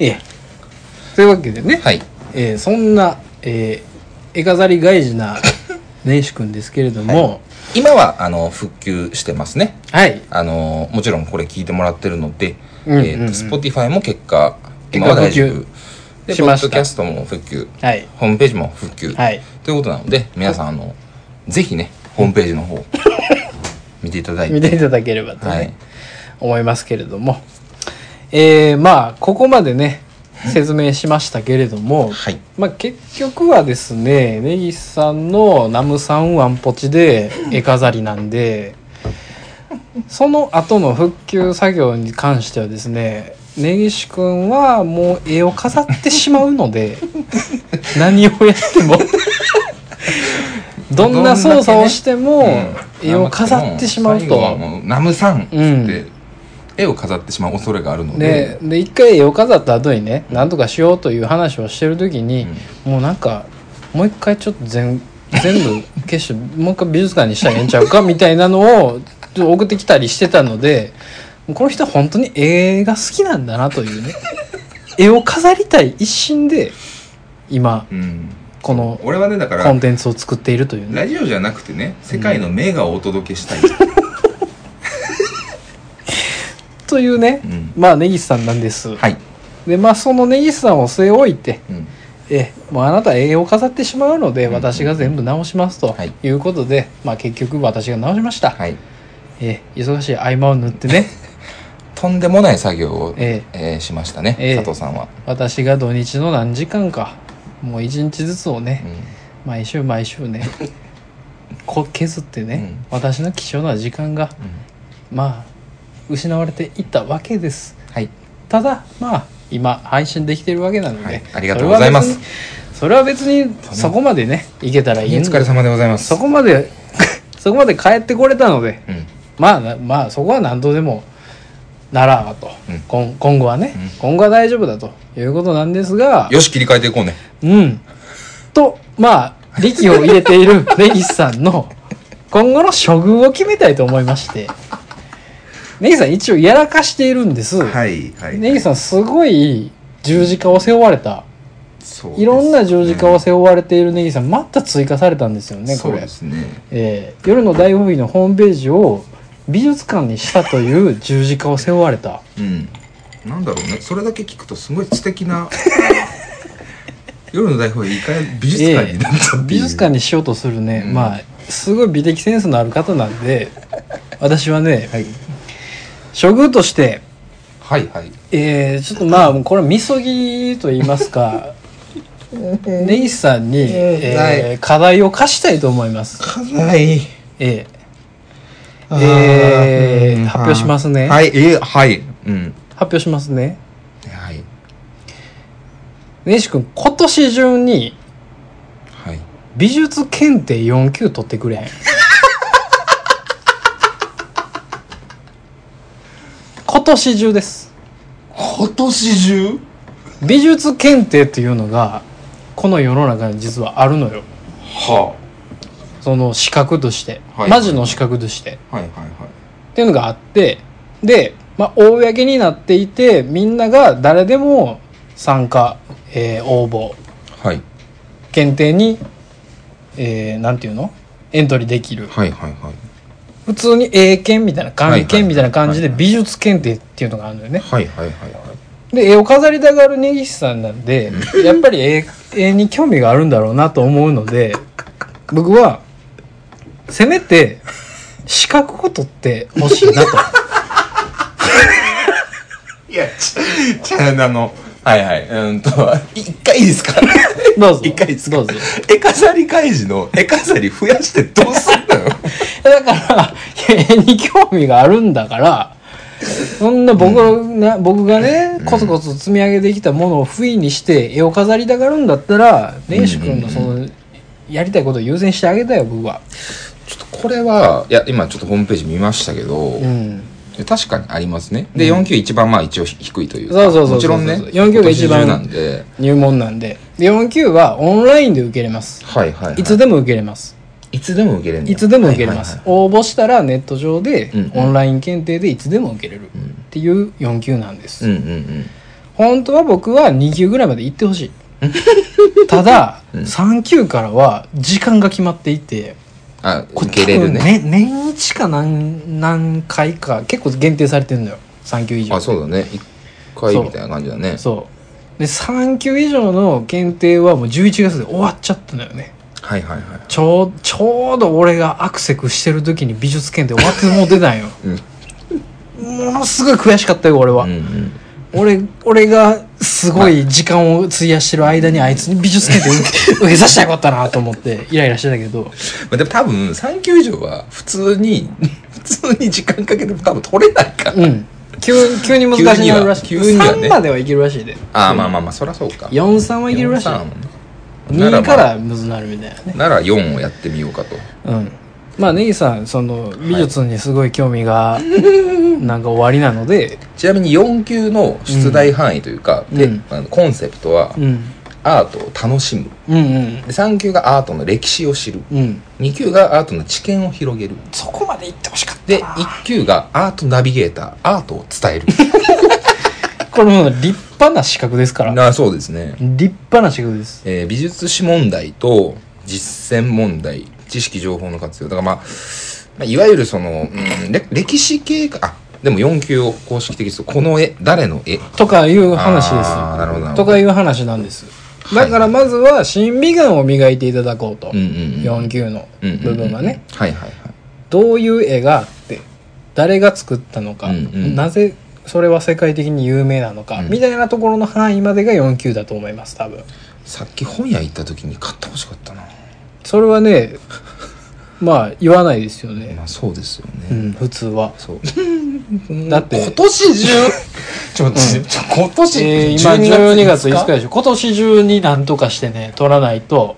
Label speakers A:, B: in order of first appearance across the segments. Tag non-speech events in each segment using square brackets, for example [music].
A: ええというわけでね、
B: はい
A: えーそんな、えー、絵飾り外事な年始くんですけれども
B: 今はあの復旧してますね
A: はい、
B: あのもちろんこれ聞いてもらってるので、
A: うんうんうん
B: えーと Spotify も結果
A: 結
B: 今
A: 果
B: は
A: 復
B: 大
A: 旧
B: 丈夫で
A: し
B: ポ
A: ま
B: ッ
A: した
B: ドキャストも復旧
A: はい
B: ホームページも復旧、
A: はい
B: ということなので皆さんあのぜひねホームページ
A: [laughs]
B: の方見ていただい
A: 見
B: て
A: ていただければとね、
B: はい
A: 思いますけれどもえーまあここまでね説明しましたけれども、
B: はい
A: まあ、結局はですね根岸さんのナムさんワンポチで絵飾りなんでその後の復旧作業に関してはですね根岸くんはもう絵を飾ってしまうので何をやってもどんな操作をしても絵を飾ってしまう
B: 最後は
A: と。
B: もうナムさんっつって、
A: うん
B: 絵を飾ってしまう恐れがあるの
A: で
B: で、
A: で一回絵を飾った後にね何とかしようという話をしてる時に、もうなんかもう一回ちょっと全全部消して [laughs] もう一回美術館にしたらええんちゃうかみたいなのをちょっと送ってきたりしてたのでこの人は本当に絵が好きなんだなという
B: [laughs]
A: ね絵を飾りたい一心で今
B: うんうん
A: この
B: 俺はねだか
A: コ
B: ら
A: ンテンツを作っているというね
B: ラジオじゃなくてね世界の名画をお届けしたい、
A: というね、
B: うん
A: まあ根岸さんなんです、
B: はい、
A: でまあその根岸さんを据え置いて
B: うん
A: ええもうあなたは絵を飾ってしまうので
B: うん
A: 私が全部直しますと
B: はい
A: いうことで、まあ結局私が直しました、
B: はい
A: ええ忙しい合間を縫ってね
B: とんでもない作業を、
A: え
B: えーしましたね、
A: ええ
B: 佐藤さんは、
A: 私が土日の何時間かもう一日ずつを
B: う
A: ね、
B: ん
A: 毎週毎週
B: [laughs]
A: ねこう削ってね、
B: うん
A: 私の貴重な時間がまあ失われていったわけです
B: はい
A: ただまあ今配信できてるわけなので、
B: はいありがとうございます
A: それは別にそれは別にそこまでねいけたらいい
B: お
A: ん
B: 疲れ様でございます
A: そこまで [laughs] そこまで帰ってこれたので
B: うん
A: まあなまあそこは何度でもならばと、
B: うん
A: 今今後はね、
B: うん
A: 今後は大丈夫だということなんですが
B: よし切り替えていこうね
A: うんとまあ力を入れている [laughs] 根岸さんの今後の処遇を決めたいと思いまして根岸さん一応やらかしているんです、
B: いは
A: 根岸さんすごい十字架を背負われた
B: そうです
A: いろんな十字架を背負われている根岸さんまた追加されたんですよねこ
B: そう
A: れ
B: ですね
A: えー夜の大本営のホームページを美術館にしたという十字架を背負われた
B: うんなんだろうねそれだけ聞くとすごい知的な [laughs] 夜の台本いいかに美術館になっちゃって、
A: 美術館にしようとするね、
B: うん
A: まあすごい美的センスのある方なんで私はね
B: はい
A: 処遇として、
B: はいはい
A: えーちょっとまあこれはみそぎと言います
B: [laughs]
A: か根岸さんに、えー
B: は
A: 課題を課したいと思います、
B: はい
A: え
B: あー
A: えー
B: うん
A: 発表しますね
B: はいえーはいうん
A: ー発表しますね
B: はい
A: 根岸君今年中に
B: はい
A: 美術検定4級取ってくれ
B: [laughs]
A: へん今年中です
B: 今年中
A: 美術検定っていうのがこの世の中に実はあるのよ
B: は
A: その資格として、
B: はい
A: マジの資格として
B: あはいはいはい
A: っていうのがあってで、まあ、公になっていてみんなが誰でも参加、えー応募
B: はい
A: 検定に、えーなんていうのエントリーできる
B: はいはいはい
A: 普通に英検みたいな漢検みたいな感じで
B: はいはいはいはい
A: 美術検定っていうのがあるのよね
B: はいはいはいはい
A: で絵を飾りたがる根岸さんなんでやっぱり絵絵に興味があるんだろうなと思うので僕はせめて資格を取ってほしいなと
B: いや、ちゃ、ちゃ、あの、はいはい、うんと、一回いいですか [laughs]
A: どうぞ
B: 一回ですか
A: どうぞ
B: 絵飾り開示の絵飾り増やしてどうすんのよ。
A: だから絵に興味があるんだからそんな僕が,、僕がねコツコツ積み上げてきたものを不意にして絵を飾りたがるんだったら根岸君のそのやりたいことを優先してあげたよ僕は。
B: ちょっとこれは、いや、今ちょっとホームページ見ましたけど、
A: うん
B: 確かにありますね。で、4級一番まあ一応低いというか
A: そうそうそうそう
B: もちろんね、
A: 4級が一番
B: 今年中なんで、
A: 入門なんでで4級はオンラインで受けれます
B: はいはい、はい。
A: いつでも受けれます
B: いつでも受けれる
A: いつでも受けれます、
B: はい
A: 応募したらネット上で
B: うんうん
A: オンライン検定でいつでも受けれるっ
B: うん
A: ていう4級なんです、
B: うんうんうん。
A: 本当は僕は2級ぐらいまで行ってほ
B: [laughs]
A: しいただ、
B: うん
A: 3級からは時間が決まっていて
B: あ、
A: こ
B: 受けれる
A: 多
B: ね。
A: 分年一か何何回か結構限定されてるのよ3級以上
B: あ、そうだね。一回みたいな感じだね。
A: そうで3級以上の検定はもう11月で終わっちゃったのよね
B: はいはいはい。、
A: ちょうちょうど俺がアクセクしてる時に美術検定終わってもう出たんよものすごい悔しかったよ俺は、
B: うんうん。
A: 俺俺がすごい時間を費やしてる間にあいつに美術検定受け受けさせたらよかったなと思ってイライラしてたけど
B: まあ、でも多分、3級以上は普通に、 [laughs] 普通に時間かけても多分取れないから。
A: うん急急に難しいなるらしい
B: 急には急
A: 3
B: にはね
A: まではいけるらしいで
B: あー、まあまあまあ、そりゃそうか。
A: 43はいけるらしい
B: 4 3
A: 2からむずなるみたいなね
B: なら4をやってみようかと。
A: うんまあネギさんその美術にすごい興味が、 [laughs] なんか終わりなので
B: ちなみに4級の出題範囲というか、
A: うん
B: で
A: うん
B: あのコンセプトは
A: う、ん
B: アートを楽しむ。
A: うんうん
B: で3級がアートの歴史を知る。
A: うん
B: 2級がアートの知見を広げる。
A: そこまで行ってほしかった
B: で、
A: な
B: 1級がアートナビゲーター、アートを伝
A: [laughs]
B: える。
A: これもう立派な資格ですから立
B: あそうですね、
A: 派な資格です
B: えー美術史問題と実践問題、知識情報の活用。だからまあ、まあ、いわゆるその、うんれ歴史系か、あ、でも4級を公式的にするこの絵、誰の絵
A: とかいう話です
B: あーなるほどなるほど
A: とかいう話なんですだからまずは審美眼を磨いていただこうと、
B: うんうんうん。
A: 4級の
B: うんうんうん
A: 部分はね、。
B: はいはいはい。
A: どういう絵があって誰が作ったのか、
B: うんうん
A: なぜそれは世界的に有名なのか、
B: うん
A: みたいなところの範囲までが4級だと思います多分
B: さっき本屋行った時に買ってほしかったな。
A: それはね [laughs] まあ言わないですよね、
B: まあそうですよね。
A: うん、普通は
B: そう。
A: [laughs] だって
B: 今年中、ちょ、ちょ、ちょ今年、
A: えー今12月5日でしょ今年中になんとかしてね取らないと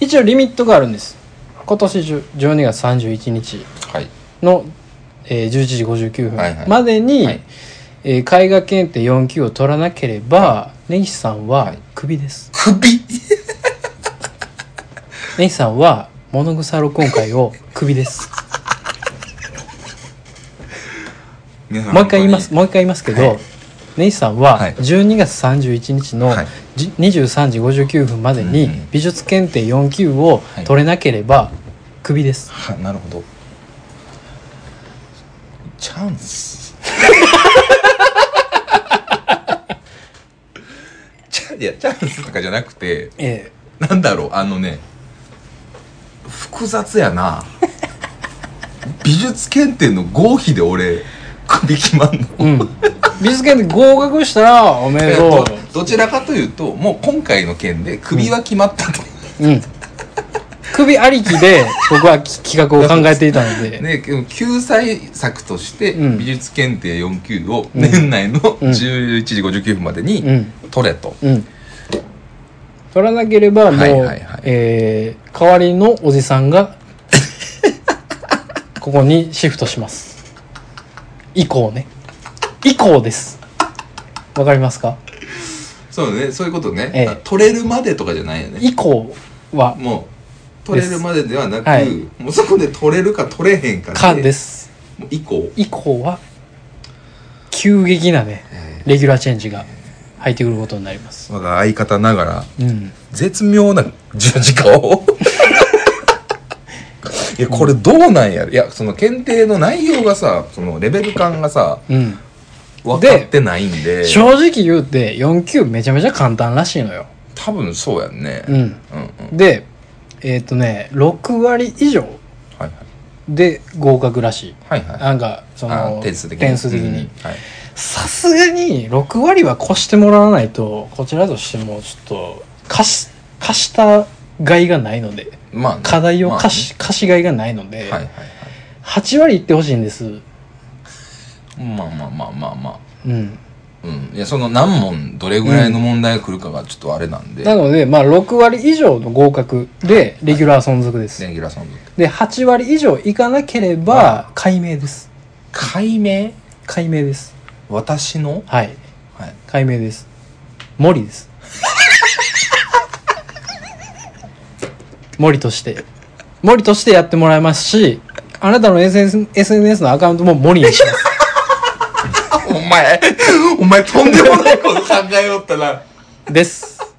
A: 一応リミットがあるんです今年中12月31日
B: はい。
A: の、えー11時59
B: はいはい
A: 分までに、
B: はい
A: えー絵画検定4級を取らなければ、根岸さんはクビです、
B: [laughs] 首
A: 根岸さんは物草録音会をクビですもう一回言います。もう一回言いますけど、
B: はい
A: 根岸さんは
B: はい
A: 12月31日の
B: はい
A: じ23時59分までに
B: うんうん
A: 美術検定4級を
B: はい
A: 取れなければクビです、
B: はなるほど。チャンス。 [laughs] チャいや、チャンスとかじゃなくて、
A: え
B: なんだろう、あのね、複雑やな。美術検定の合否で俺、首決まんの。
A: えうん美術検定合格したらおめでと
B: どどちらかというともう今回の件で首は決まったと、
A: う、うん、首ありきで僕はき企画を考えていたので、
B: ねでも救済策として
A: うん
B: 美術検定4級を年内の11時59分まで
A: う
B: に
A: ん
B: 取れと、
A: うん取らなければもう、
B: はいはいはい
A: えー代わりのおじさん
B: [laughs]
A: がここにシフトします以降ね以降ですわかりますか
B: そうねそういうことね、
A: ええ
B: あ取れるまでとかじゃないよね
A: 以降は
B: もう取れるまでではなく、
A: はい
B: もうそこで取れるか取れへんかで
A: かです
B: もう以降
A: 以降は急激なねレギュラーチェンジが入ってくることになります
B: 我が相方ながら
A: うん
B: 絶妙な十字架を [laughs] いやこれどうなんやろいやその検定の内容がさそのレベル感がさ
A: うん
B: 分かってないんで
A: 正直言うて4級めちゃめちゃ簡単らしいのよ
B: 多分そうやんね、、
A: うんん
B: うん
A: でえっ、とね6割以上
B: はいはい
A: で合格らしい
B: はいはい
A: なんかそ
B: あ
A: の
B: 点数的に
A: 点数的
B: うん
A: に
B: はい、
A: さすがに6割は越してもらわないとこちらとしてもちょっと貸し貸した害がないので
B: まあね、
A: 課題を
B: まあね
A: 貸し,、貸しがいがないので、
B: はいはいはい
A: 8割いってほしいんです
B: まあまあまあまあまあ
A: うん
B: うん、いやその何問どれぐらいの問題が来るかがちょっとあれなんで、
A: なのでまあ6割以上の合格でレギュラー存続です、
B: レギュラーさんの
A: で8割以上いかなければ
B: は
A: 解明です
B: 解明
A: 解明です
B: 私の、
A: はい
B: はい、
A: 解明です森です森として森としてやってもらいますしあなたの SNS, SNS のアカウントも森にします
B: あほん前、お前とんでもないこと考えよったな。
A: です。